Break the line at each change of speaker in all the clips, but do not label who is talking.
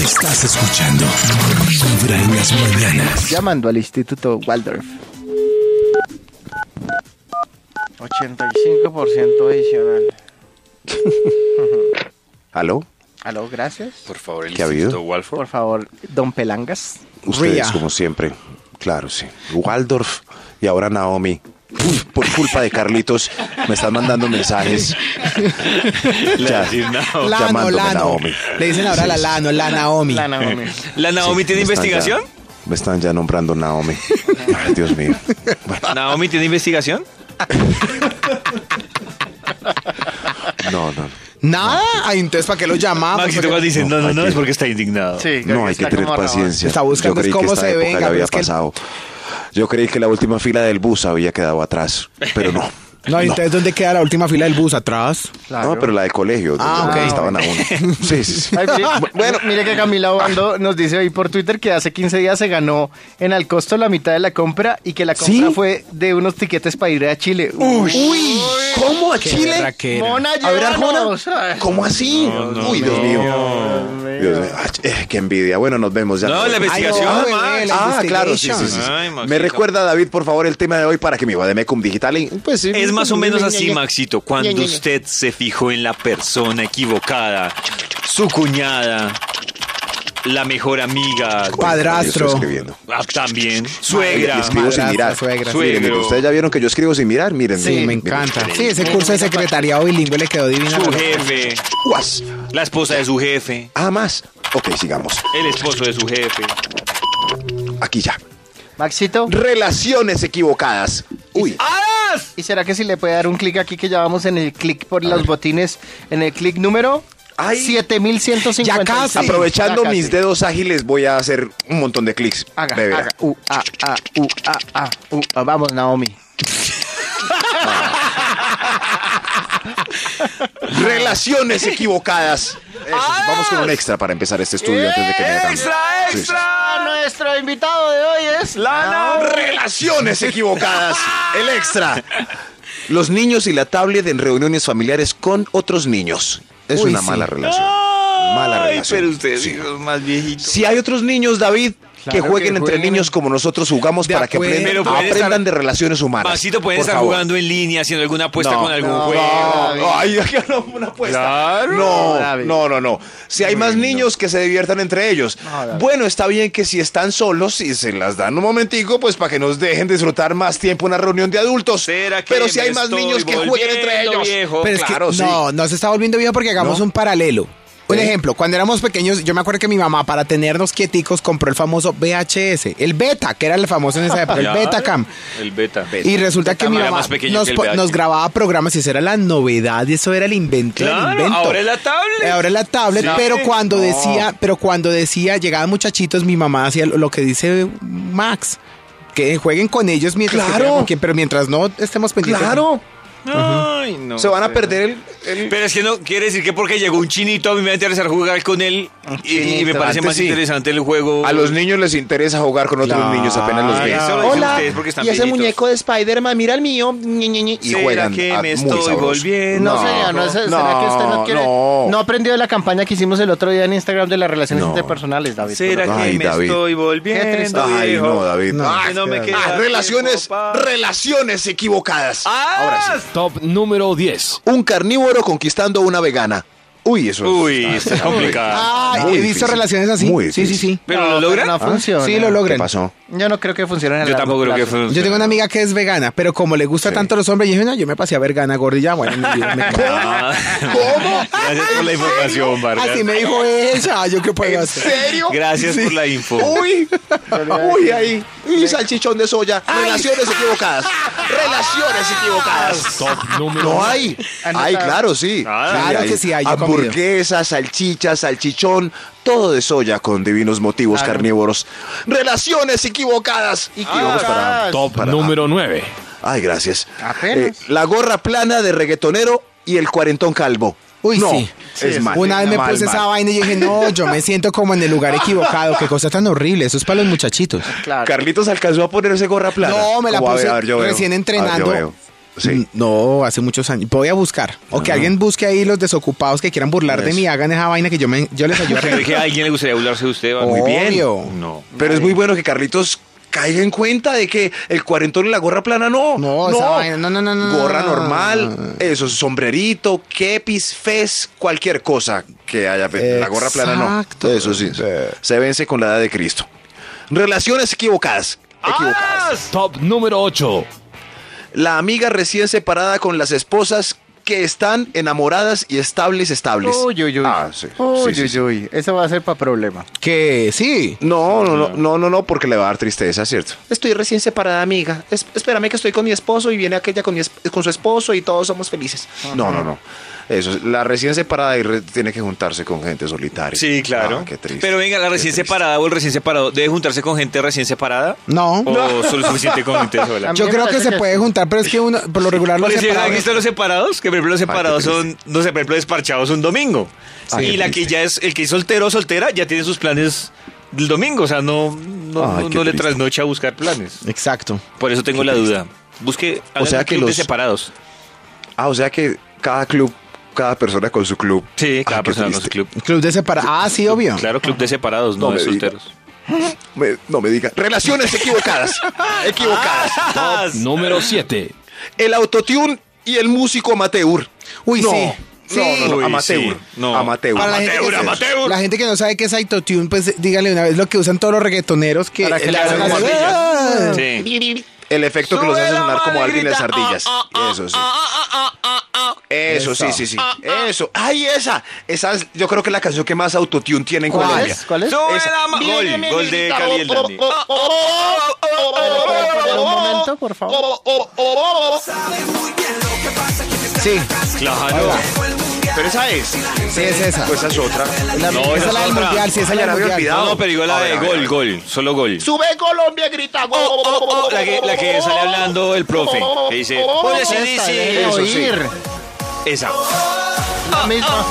Estás escuchando Vibra en las mañanas.
Llamando al Instituto Waldorf.
85% adicional.
¿Aló?
Aló, gracias.
Por favor, el
¿Qué ha habido?
Instituto Walford.
Por favor, don Pelangas.
Ustedes,
Ría.
como siempre. Claro, sí. Waldorf y ahora Naomi. Uy, por culpa de Carlitos, me están mandando mensajes. Ya,
Lano,
llamándome
Lano.
Naomi.
Le dicen ahora la Lano, la Naomi.
La Naomi.
¿La Naomi
Sí,
tiene
me están
investigación?
ya- me están ya nombrando Naomi. Ay, Dios mío. Bueno,
¿Naomi tiene investigación?
no, no.
Nada, ay, entonces ¿para qué lo llamamos?
Maxito
Porque-
Gas dice,
Ah, pues No,
no, no,
hay
no,
que-
es porque está indignado.
Sí, creo
No, hay
está
que tener
como rabado.
paciencia.
Está buscando
Yo creí
cómo
que esta
se
época
venga,
ya
pero
había
es que-
pasado. Yo creí que la última fila del bus había quedado atrás, pero no.
No, entonces ¿dónde queda la última fila del bus? ¿Atrás?
Claro.
No, pero la de colegio.
Ah,
donde
ok.
Estaban a uno. Sí, sí, sí.
Ay, mire, bueno, mire que Camila Obando nos dice hoy por Twitter que hace 15 días se ganó en al costo la mitad de la compra y que la compra
¿Sí?
fue de unos tiquetes para ir a Chile.
Uy, ¿cómo a Chile?
Mona,
¿A ver,
llévanos.
Arjona?
Ay,
¿Cómo así? Uy, Dios mío. Dios mío. Ay, eh, qué envidia. Bueno, nos vemos ya.
No, la investigación,
no,
Max.
bebé, la-
Ah, claro, sí, sí, sí.
Ay, Maxito.
Me recuerda, David, por favor, el tema de hoy para que me vaya de Mecum Digital. y, pues, sí.
Es más o menos así, Maxito. Cuando usted se fijó en la persona equivocada, su cuñada, la mejor amiga,
Padrastro.
Yo estoy escribiendo.
ah, también,
Y
suegra.
escribo sin
madrastra,
mirar.
suegra.
Miren, miren,
Suegro.
ustedes ya vieron que yo escribo sin mirar. Miren,
Sí,
miren,
me
miren.
encanta. Sí, ese curso de secretariado bilingüe le quedó divino.
Su jefe,
Guas.
la esposa de su jefe,
Ah, más. Ok, sigamos.
el esposo de su jefe.
Aquí ya.
Maxito,
Relaciones equivocadas. Uy.
¿y será que si le puede dar un clic aquí que ya vamos en el clic por los botines, en el clic número
Ay.
7150?
Ah,
Ya casi.
Aprovechando mis dedos ágiles, voy a hacer un montón de clics.
Haga,
de verdad.
haga. U, a, a, u, a, a, u, a. Vamos, Naomi.
Relaciones equivocadas. Eso, Vamos con un extra para empezar este estudio antes de que me hagan- Sí, sí.
Ah, Nuestro invitado de hoy es Lana.
Relaciones equivocadas. El extra. Los niños y la tablet en reuniones familiares con otros niños. Es
Uy,
una
sí.
mala relación. Mala
Ay,
relación.
pero usted
Sí.
es más viejito.
Si hay otros niños, David, que
Claro
jueguen
que
entre
jueguen.
niños como nosotros jugamos
De
para que
acuerdo.
aprendan,
Pero pueden estar-
aprendan de relaciones humanas.
Maxito pueden
Por
estar
favor.
jugando en línea, haciendo alguna apuesta
No,
con algún
no,
juego.
No, no, ay, ay, no, una apuesta.
Claro,
no,
David.
no, no, no. Si hay más niños que se diviertan entre ellos.
David.
bueno, está bien que si están solos y se las dan un momentico, pues para que nos dejen disfrutar más tiempo una reunión de adultos.
¿Será que
Pero si
me
hay más
estoy
niños que jueguen entre
volviendo
ellos.
viejo?
Pero es
Claro,
que
sí.
no, no se está volviendo viejo porque hagamos
¿No?
un paralelo. Un
¿Eh?
¿Sí?
ejemplo, cuando éramos pequeños, yo me acuerdo que mi mamá para tenernos quieticos compró el famoso VHS, el Beta, que era el famoso en esa época, el
Ya.
Betacam.
El beta.
Y resulta que mi
Era
mamá
más pequeño
nos,
que el
po-
VH.
nos grababa programas y eso era la novedad y eso era el invento. del
Claro,
invento.
ahora es la tablet.
Eh, Ahora es la tablet,
Sí.
pero cuando
No.
decía, pero cuando decía, llegaban muchachitos, mi mamá hacía lo- lo que dice Max, que jueguen con ellos mientras que
Claro.
tengan con quien- pero mientras no estemos pendientes.
Claro,
Ay, no.
se van a
sé.
perder el- el
Pero es que no quiere decir que porque llegó un chinito a mí me va a interesar jugar con él. Y, y me
chinito,
parece
antes
más
sí.
interesante el juego.
A los niños les interesa jugar con otros
Claro.
niños apenas los ven.
Eso lo dicen Hola, ustedes porque están y ese viejitos. muñeco
de Spider-Man, mira el mío. Y
¿Será
juegan
que
a-
me
muy
estoy
sabroso.
volviendo?
No, señor, no, es- ¿será que usted no quiere?
no.
No. aprendió de la campaña que hicimos el otro día en Instagram de las relaciones
No.
interpersonales, David.
¿Será que
Ay,
me
David.
estoy
Qué triste.
volviendo
Ay,
viejo?
no, David.
No.
Ah,
Que no me
Ah,
queda
ah, relaciones,
tiempo pa-
relaciones equivocadas.
Ah.
Ahora sí.
Top número 10.
Un carnívoro conquistando a una vegana. Uy, eso es-
Uy, está
muy-
complicado.
Ah,
muy
he
difícil.
visto relaciones así.
Muy
sí, sí, sí.
¿Pero
No,
lo logran?
No
Ah.
funciona.
Sí, lo
¿Qué
logran.
pasó?
Yo no creo que funcione. en
Yo
el
tampoco creo
largo
que
plazo.
fue.
Yo tengo una amiga que es vegana, pero como le gusta tanto a los hombres, yo dije, no, yo me pasé a ver gana gordilla, bueno, mi vida, me encanta".
¿Cómo? Ah. Gracias por la información, Vargas.
Así me dijo ella, yo qué puedo hacer.
serio?
Gracias por la info.
Uy, uy, ahí. Y salchichón de soya. Relaciones equivocadas.
Ah.
Relaciones equivocadas.
Top número
No hay.
Anotado.
Hay, claro, sí.
Claro.
Sí,
Claro que sí hay, yo he comido.
Hamburguesas, salchichas, salchichón, todo de soya con divinos motivos
Claro.
carnívoros. Relaciones equivocadas.
Ah,
Y vamos para.
Top
para-
número 9.
Ay, gracias. Eh,
Apenas.
la gorra plana de reggaetonero y el cuarentón calvo.
Uy,
no,
sí.
Es mal.
Una vez me
Mal,
puse
mal.
esa vaina y dije, no, yo me siento como en el lugar equivocado, qué cosa tan horrible, eso es para los muchachitos.
Claro.
Carlitos alcanzó a ponerse gorra plana. Mm.
No, me la
Como, a ver,
puse
a ver, yo veo.
recién
A ver, yo
entrenando.
veo. Sí.
Mm,
Ah.
No, hace muchos años. Voy a buscar. O que alguien busque ahí los desocupados que quieran burlar de
Eso.
mí, hagan esa vaina que yo, me, yo les ayudo a
Pero
arreglar.
dije, ¿a alguien le gustaría burlarse de usted? Va muy
Obvio.
bien. No.
Pero es muy bueno que Carlitos caiga en cuenta de que el cuarentón y la gorra plana no.
No, esa vaina, no, no, no, no,
Gorra
no, no,
normal, eso, sombrerito, kepis, fez, cualquier cosa que haya. La gorra plana no.
Exacto.
Eso sí.
Sí.
Se vence con la edad de Cristo. Relaciones equivocadas. Equivocadas.
Top número 8.
La amiga recién separada con las esposas que están enamoradas y estables, estables.
Uy, uy, uy.
Ah, sí.
Uy,
Sí, sí,
uy,
sí.
uy. Eso va a ser para problema.
Que sí.
No, no, no, no, no, no, porque le va a dar tristeza, ¿cierto? Estoy recién separada, amiga. Es- espérame que estoy con mi esposo y viene aquella con, mi es- con su esposo y todos somos felices. No, no, no. Eso, es- la recién separada y re- tiene que juntarse con gente solitaria.
Sí, claro.
Ah, qué triste.
Pero venga, la
qué
recién
triste.
separada o el recién separado, ¿debe juntarse con gente recién separada?
No.
Oh.
¿O solo suficiente con gente sola?
mí
Yo
me
creo que
parece
se
que-
puede juntar, pero es que uno, por lo regular los
Porque si aquí
separados.
están los separados, que por ejemplo los
qué
separados son, no sé, por ejemplo desparchados un domingo.
qué
y la que ya es, el que es soltero o soltera, ya tiene sus planes del domingo, o sea, no, no,
Ay,
no-
qué
no le
triste.
trasnocha a buscar planes.
Exacto.
Por eso tengo la duda. Busque
O sea
hagan un
que
club de
los-
separados.
Ah, o sea que cada club, cada persona con su club.
Sí, cada
Ah, qué
persona con su
triste.
club.
Club de separados. Ah, sí, obvio.
Claro, club de separados, no,
No
de
me diga.
solteros.
Me- no me diga. Relaciones equivocadas. equivocadas.
Ah.
Número 7.
El autotune y el músico amateur.
Uy,
no.
sí. Sí.
No, no, no,
Uy,
amateur.
sí. No.
Amateur.
Para la gente que-
Amateur, amateur.
La gente que no sabe qué es autotune, pues dígale una vez lo que usan todos los reggaetoneros que,
Para que
le
le
hacen
hagan
así.
guardillas.
Sí.
El efecto que los hace sonar como alguien en las ardillas.
"Oh, ah,
Eso sí. Eso, sí,
Eso.
sí, sí. Eso. ¡Ay, esa! Esa es, yo creo que es la canción que más autotune tiene en
¿Cuál
Colombia.
es? ¿Cuál es?
Sube
Esa.
la ma- Gol, gol de Cali el Dandy.
Pero puede parar un momento, por
Oh,
favor.
Sí,
Claro.
Pero esa es.
sí, es esa.
Pues esa es otra.
La-
no,
esa
esa
es la
es
del
otra.
mundial, sí, esa es la
Ay, ya la
del
había
mundial.
No, no, pero igual
A
la
ver,
de
a ver, a
gol,
ver.
gol, solo gol.
Sube Colombia,
Oh,
grita.
La que, la que sale hablando el profe, que dice, "Ponle
Esta
CDC".
debe
eso sí.
oír.
Esa.
La misma.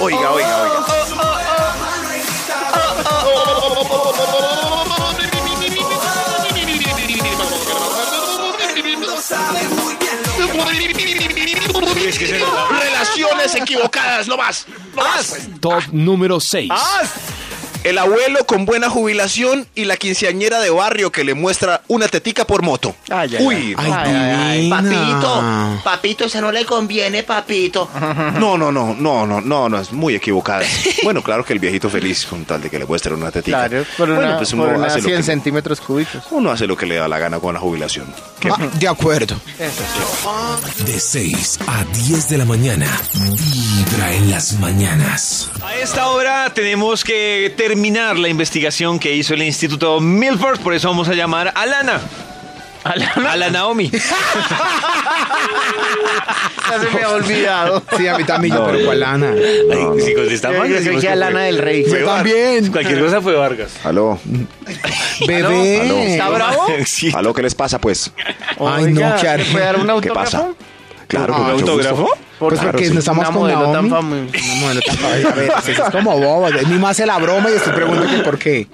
Oiga, oiga, oiga.
Uy, es que se nos va.
Relaciones equivocadas, no más. No más. pues.
Top número 6.
El abuelo con buena jubilación y la quinceañera de barrio que le muestra una tetica por moto.
Ay, ay,
Uy,
Ay,
Ay, ay,
divina.
Papito, papito, eso no le conviene, papito.
No, no, no, no, no, no, no, es muy equivocada. bueno, claro que el viejito feliz con tal de que le muestre una tetica.
Claro, por una,
bueno, pues uno
por una
hace lo
100
que-
centímetros cúbicos.
uno hace lo que le da la gana con la jubilación.
Ah, de acuerdo.
De 6 a 10 de la mañana. Vibra en las mañanas.
A esta hora tenemos que terminar la investigación que hizo el Instituto Milford, por eso vamos a llamar a Lana. A la, Naomi.
Ya se me ha olvidado.
Sí, a mí también, yo, pero ¿cuál lana?
Ay, si contestamos,
Yo creo
decimos
que
que
a Lana
fue-
del Rey.
fue
Yo
Vargas.
también.
Cualquier cosa fue Vargas.
Aló,
Bebé.
Aló, aló.
¿Está bravo?
Sí.
aló, ¿qué les pasa, pues?
Ay,
Oiga,
no, qué
¿le puede dar un
¿Qué
autógrafo?
pasa? Claro,
Ah,
con
¿Un
mucho gusto.
autógrafo?
Pues
Claro,
porque
sí.
no estamos
Una
con
modelo tan
Naomi.
famosa.
Una modelo tan famosa. A ver, sí, es como boba. El mismo hace la broma y estoy preguntando que por qué.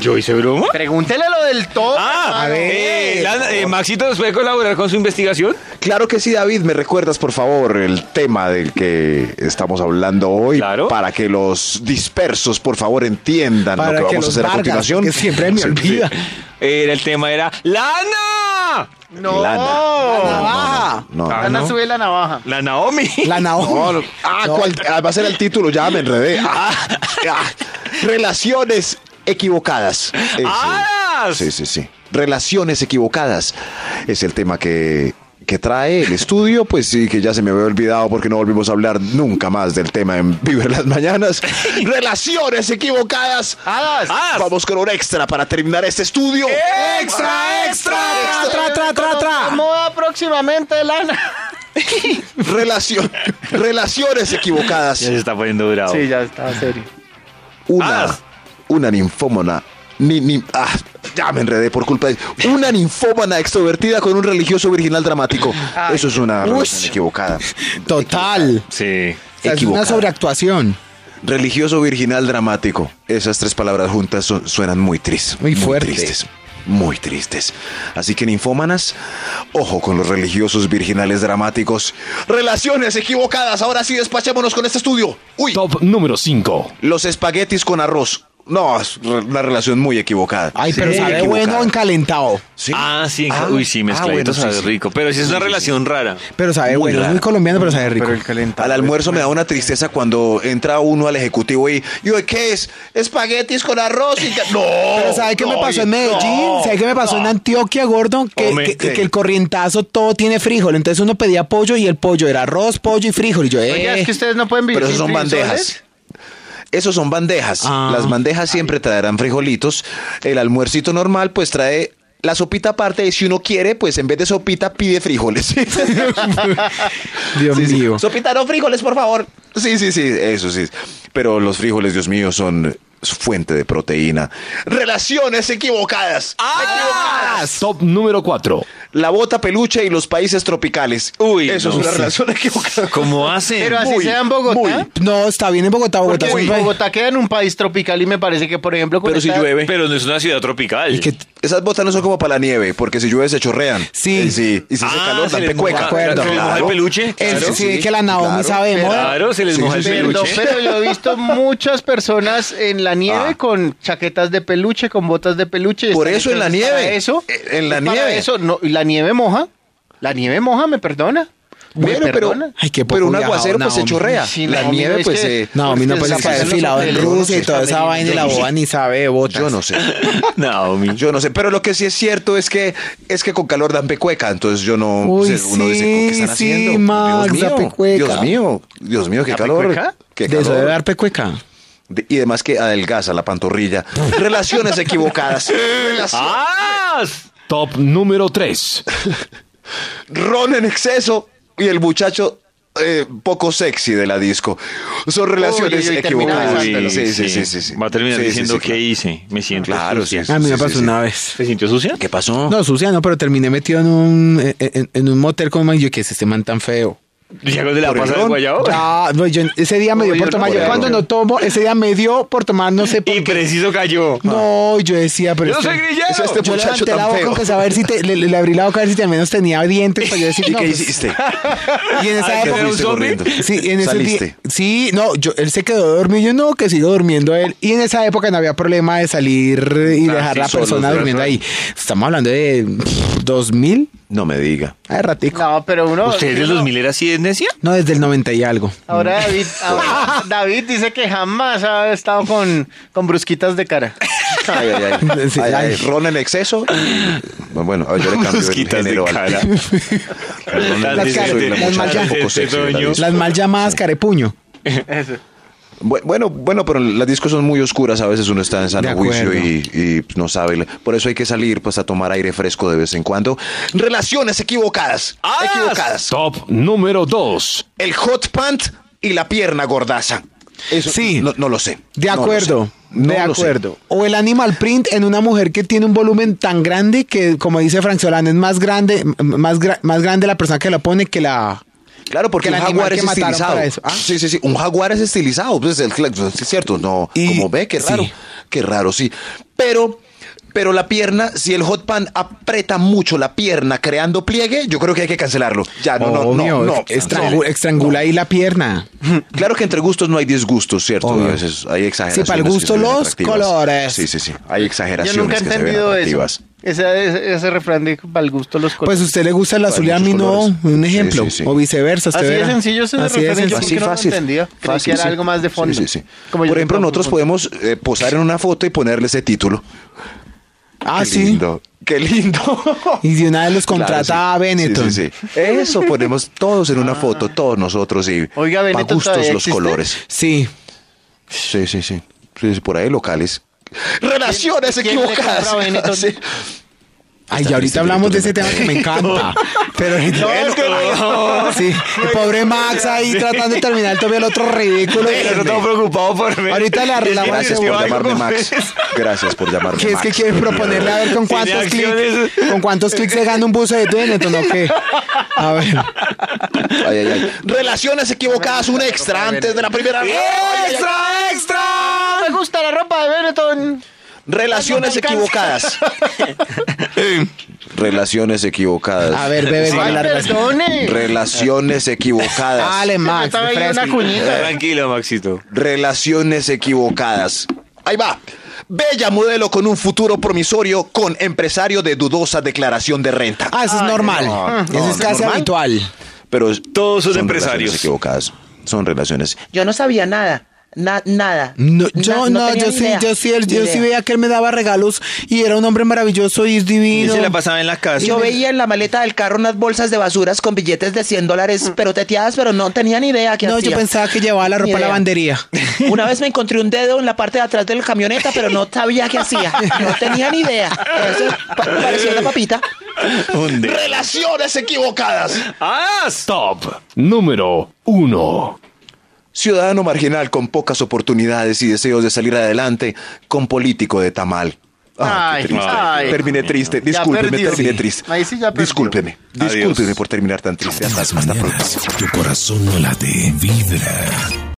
¿Yo hice broma?
Pregúntele lo del top.
Ah,
A ver.
eh, Lana- eh, Maxito, ¿nos puede colaborar con su investigación?
Claro que sí, David. ¿Me recuerdas, por favor, el tema del que estamos hablando hoy?
Claro.
Para que los dispersos, por favor, entiendan
Para
lo que
que
vamos
los
a hacer a
Vargas,
continuación.
que siempre me
Sí,
olvida.
sí.
Era Eh, el tema era ¡Lana!
no.
Lana.
Navaja.
No.
Ah,
Lana
no.
sube la navaja.
La Naomi.
La
No,
Naomi.
no. Ah, ¿cuál? Ah, va a ser el título, ya me enredé. Ah, ah. relaciones equivocadas. Ese.
¡Ah!
Sí, sí, sí. Relaciones equivocadas es el tema que, que trae el estudio. Pues sí, que ya se me había olvidado porque no volvimos a hablar nunca más del tema en Vive las Mañanas. Relaciones equivocadas.
Hadas.
Hadas.
Vamos con un extra para terminar este estudio.
Extra, extra. Tra, tra, tra, tra.
Moda próximamente, Lana.
Relación, relaciones equivocadas.
Ya se está poniendo bravo.
Sí, ya está, serio.
una,
Ah.
una ninfómana. Ni, ni- ah, ya me enredé por culpa de. Una ninfómana extrovertida con un religioso virginal dramático. Eso es una relación equivocada.
Total.
Sí.
O sea, es una
Equivocada.
sobreactuación.
Religioso virginal dramático. Esas tres palabras juntas son- suenan muy tristes.
Muy fuerte.
tristes. muy tristes. Así que, ninfómanas, ojo con los religiosos virginales dramáticos. Relaciones equivocadas, ahora sí despachémonos con este estudio. Uy,
Top número 5.
los espaguetis con arroz. No, es re- una relación muy equivocada.
Ay, pero
Sí,
sabe
equivocada.
bueno encalentado.
Sí.
Ah, sí,
Ah,
uy, sí,
ah,
mezcladito
bueno, sí,
sabe
sí.
rico. Pero sí es una relación rara.
Pero sabe bueno. Es
raro.
muy colombiano, pero sabe rico.
Pero el calentado.
Al almuerzo me da una tristeza cuando entra uno al ejecutivo y, ¿y hoy qué es? Espaguetis con arroz y... ca- No.
Pero ¿sabe qué me
no,
pasó
y-
en Medellín?
no.
¿Sabe qué me pasó en Antioquia, gordo? Que,
Hombre,
que-
¿qué?
que el corrientazo todo tiene frijol. Entonces uno pedía pollo y el pollo era arroz, pollo y frijol. Y yo, eh.
Oiga, es que ustedes no pueden vivir.
Pero esos
sin
son
frijoles.
bandejas. Esos son bandejas.
Ah.
Las bandejas siempre traerán frijolitos. El almuercito normal pues trae la sopita aparte y si uno quiere pues en vez de sopita pide frijoles.
Dios
Sí, sí.
mío.
Sopita no frijoles por favor. Sí, sí, sí, eso sí. Pero los frijoles, Dios mío, son fuente de proteína. Relaciones equivocadas.
Top número 4.
La bota peluche y los países tropicales.
Uy,
eso
no,
es una
sí.
relación equivocada.
¿Cómo hacen?
Pero así
Muy,
sea en Bogotá.
muy.
No, está bien en Bogotá. Bogotá
Porque
es un país-
Bogotá queda en un país tropical y me parece que, por ejemplo, con
Pero si
esta-
llueve.
Pero no es una ciudad tropical.
y que-
Esas botas no son como para la nieve, porque si llueve se chorrean.
Sí.
Y si, y si hace
Ah,
calor,
se
dan
les
pecueca.
moja-
Acuerdo.
se les moja el
Claro.
peluche.
Es
Claro.
sí, que la Naomi
claro.
sabe de moda.
Claro, se les
Sí,
moja el
sí, sí.
Perdón,
peluche.
pero yo he visto muchas personas en la nieve
Ah.
con chaquetas de peluche, con botas de peluche.
Por
Están
eso en la
hechas para
nieve.
Eso,
Eh, en la
para
nieve.
Eso, no, y la nieve moja. La nieve moja, me perdona. ¿Me
Bueno, pero,
perdona?
Ay, qué poco
pero un
viajado,
aguacero pues se
Naomi.
chorrea.
Sí,
la
Naomi,
nieve
es
pues
que-
se...
No, a mí no
Ustedes
pues la
sí
fue
saben lo
desfilado
que
en
le-
Rusia y
sí,
toda
saben
esa
lo
vaina y
que
la
le-
boba ni sabe de botas.
Yo no sé.
Naomi.
Yo no sé, pero lo que sí es cierto es que es que con calor dan pecueca, entonces yo no
Uy,
sé, uno dice, ¿qué
sí,
están
sí,
haciendo?
Max,
Dios
da
mío,
pecueca.
Dios mío, Dios mío, qué
¿Da
calor.
pecueca?
Qué
De eso
calor.
debe dar pecueca.
De- y además que adelgaza la pantorrilla. Relaciones equivocadas. Relaciones-
¡Ah!
Top número 3.
ron en exceso y el muchacho eh, poco sexy de la disco. Son relaciones
uy, uy, termina
equivocadas.
Uy,
besándolo.
sí, sí, sí, sí, sí.
Va a terminar
Sí, sí,
diciendo
sí,
qué hice. Me siento
Claro,
sucia.
sí,
A mí me
sí,
pasó
sí.
una vez.
¿Se sintió sucia?
¿Qué pasó?
No, sucia no, pero terminé metido en un, en, en- en un motel con un man. Yo, ¿qué es este man tan feo?
¿Llegó de la
¿Por el
pasa del
ron?
guayabo?
Ya, no, yo- ese día me dio
Uy,
por
yo no
tomar. Yo
puedo.
cuando no tomo, ese día me dio por tomar, no sé por
Y
qué.
preciso cayó.
No, yo decía, pero.
¡Yo no
este-
soy grillero!
Es este
yo
muchacho
levanté la
tan
boca
feo.
aunque saber si te- le, le- le abrí la boca a ver si al menos tenía dientes para yo decir
¿Y
no,
qué
pues,
hiciste?
Y en esa
Ay, ¿te
época
era un
Fuiste
zombie?
corriendo.
Sí, en ese
Saliste.
día. Sí, no, yo, él se quedó dormido, yo no, que sigo durmiendo él. Y en esa época no había problema de salir y
Ah,
dejar
sí,
la
solos,
persona
¿verdad?
durmiendo ahí. Estamos hablando de pff, 2000,
No me diga.
ay, ratico. No.
No, pero uno.
¿Usted de
uno-
los mil era así de necia?
desde el 90 y algo.
Ahora David, ahora David dice que jamás ha estado con, con brusquitas de cara.
Ay, ay, ay.
Sí,
Ay, ay,
ay.
Ron en exceso. Bueno, a ver, yo le cambio el
Mosquitas de
género al-
Pues cara.
Ron en
Las
exceso
caras-
y la
las
muchacha
mallas-
poco
este
sexy de la
doño.
disco.
Las mal llamadas carepuño.
Bu- Bueno, bueno, pero las discos son muy oscuras, a veces uno está en
De
sano
acuerdo.
juicio y, y, pues, no sabe. Por eso hay que salir pues a tomar aire fresco de vez en cuando. Relaciones equivocadas, equivocadas.
Top número 2.
El hot pant y la pierna gordaza. Eso
Sí.
no, no lo sé.
De
No lo
acuerdo,
sé. No
de
lo sé.
acuerdo. O el animal print en una mujer que tiene un volumen tan grande que, como dice Frank Solano, es más grande, m- más, gra- más grande la persona que la pone que la.
Claro, porque
Que el
un
animal
jaguar
que
es
mataron
estilizado.
para eso. Ah.
Sí, sí, sí. Un jaguar es estilizado. Pues es, el- es cierto, no.
Y-
como ve, qué raro.
sí.
Qué raro, sí. Pero, pero la pierna, si el hot pan aprieta mucho la pierna creando pliegue, yo creo que hay que cancelarlo. Ya, Ah, no, no,
Obvio,
no, no.
estrangu-
no. Pues,
estrangula ahí la pierna.
Claro que entre gustos no hay disgustos, ¿cierto?
Obvio.
A veces hay exageraciones.
Sí, para el
que se
gusto
ven
los
atractivas.
colores.
Sí, sí, sí. Hay
Yo
exageraciones.
nunca he
que se ven
entendido eso.
atractivas.
Ese, ese, ese refrán de para el gusto los
Pues
colores.
a usted le gusta el azul y a
muchos
mí no,
colores.
un
Sí,
ejemplo.
sí, sí.
O viceversa. usted
Así de
verá.
sencillo es el
Así de
refrán, yo
sencillo.
porque no lo entendía. Creí que era algo más de fondo.
Sí, sí, sí.
Como yo
Por ejemplo,
nunca
nosotros
fui-
podemos eh, posar en una foto y ponerle ese título.
Ah,
Qué
sí.
lindo. Qué lindo.
Y de una vez los contrata
Claro, sí.
a Benetton.
Sí, sí, sí. Eso ponemos todos en una foto, todos nosotros y
Oiga,
pa'
Benetton
gustos
todavía
los
existe.
colores.
Sí.
Sí, sí, sí. Sí, sí, por ahí locales. Relaciones
quién le
equivocadas.
compra Benetton?
Sí.
Ay,
Está
ya
triste,
ahorita hablamos de
pero
ese
tú no
tema que me encanta. Pero
No, es que no.
Sí, el pobre Max ahí tratando de terminar todavía el otro ridículo.
Pero estaba preocupado por mí.
Ahorita le arreglamos
Gracias
este
Yo
por
algo
llamarme Max.
pues.
Gracias por llamarme
Que es que
Max.
quiere proponerle a ver con cuántos
acciones.
clics con cuántos clics se gana un buzo de Benetton o qué. A ver.
Ay, ay, ay. Relaciones equivocadas, un extra antes de la primera. Ay, ay, ay.
¡Extra, extra!
Me gusta la ropa de Benetton.
Relaciones equivocadas. Relaciones equivocadas.
A ver, bebé,
Ay,
¿cuál es la relación?
perdone.
Relaciones equivocadas.
Dale, Max,
Estaba ahí una
fresco.
Eh.
cuñita.
Tranquilo, Maxito.
Relaciones equivocadas. Ahí va. Bella modelo con un futuro promisorio con empresario de dudosa declaración de renta.
Ah, eso es normal.
no,
eso
no,
es casi
¿normal?
habitual.
Pero
Todos son empresarios.
relaciones equivocadas. Son relaciones.
Yo no sabía nada. na- nada.
No,
Na-
yo no,
tenía
yo
ni
sí,
idea,
yo sí, él-
ni
yo
idea.
sí veía que él me daba regalos y era un hombre maravilloso y es
Y
divino.
se la pasaba en la casa.
Yo veía en la maleta del carro unas bolsas de basuras con billetes de 100
Mm.
dólares, pero teteadas, pero no tenía ni idea qué
No,
hacía.
yo pensaba que llevaba la
Ni
ropa a la
idea.
lavandería.
Una vez me encontré un dedo en la parte de atrás del camioneta, pero no sabía qué hacía. No tenía ni idea. Eso pa- parecía una papita.
Relaciones equivocadas.
¡Ah!
Top número uno.
Ciudadano marginal con pocas oportunidades y deseos de salir adelante con político de tamal. Ah, qué
Ay,
triste.
ay.
terminé triste,
Ya
discúlpeme,
perdió.
terminé
Sí.
triste.
Ahí sí ya perdió.
discúlpeme,
Adiós.
discúlpeme por terminar tan triste. Hasta,
Las
hasta pronto.
mañanas, tu corazón no late, vibra.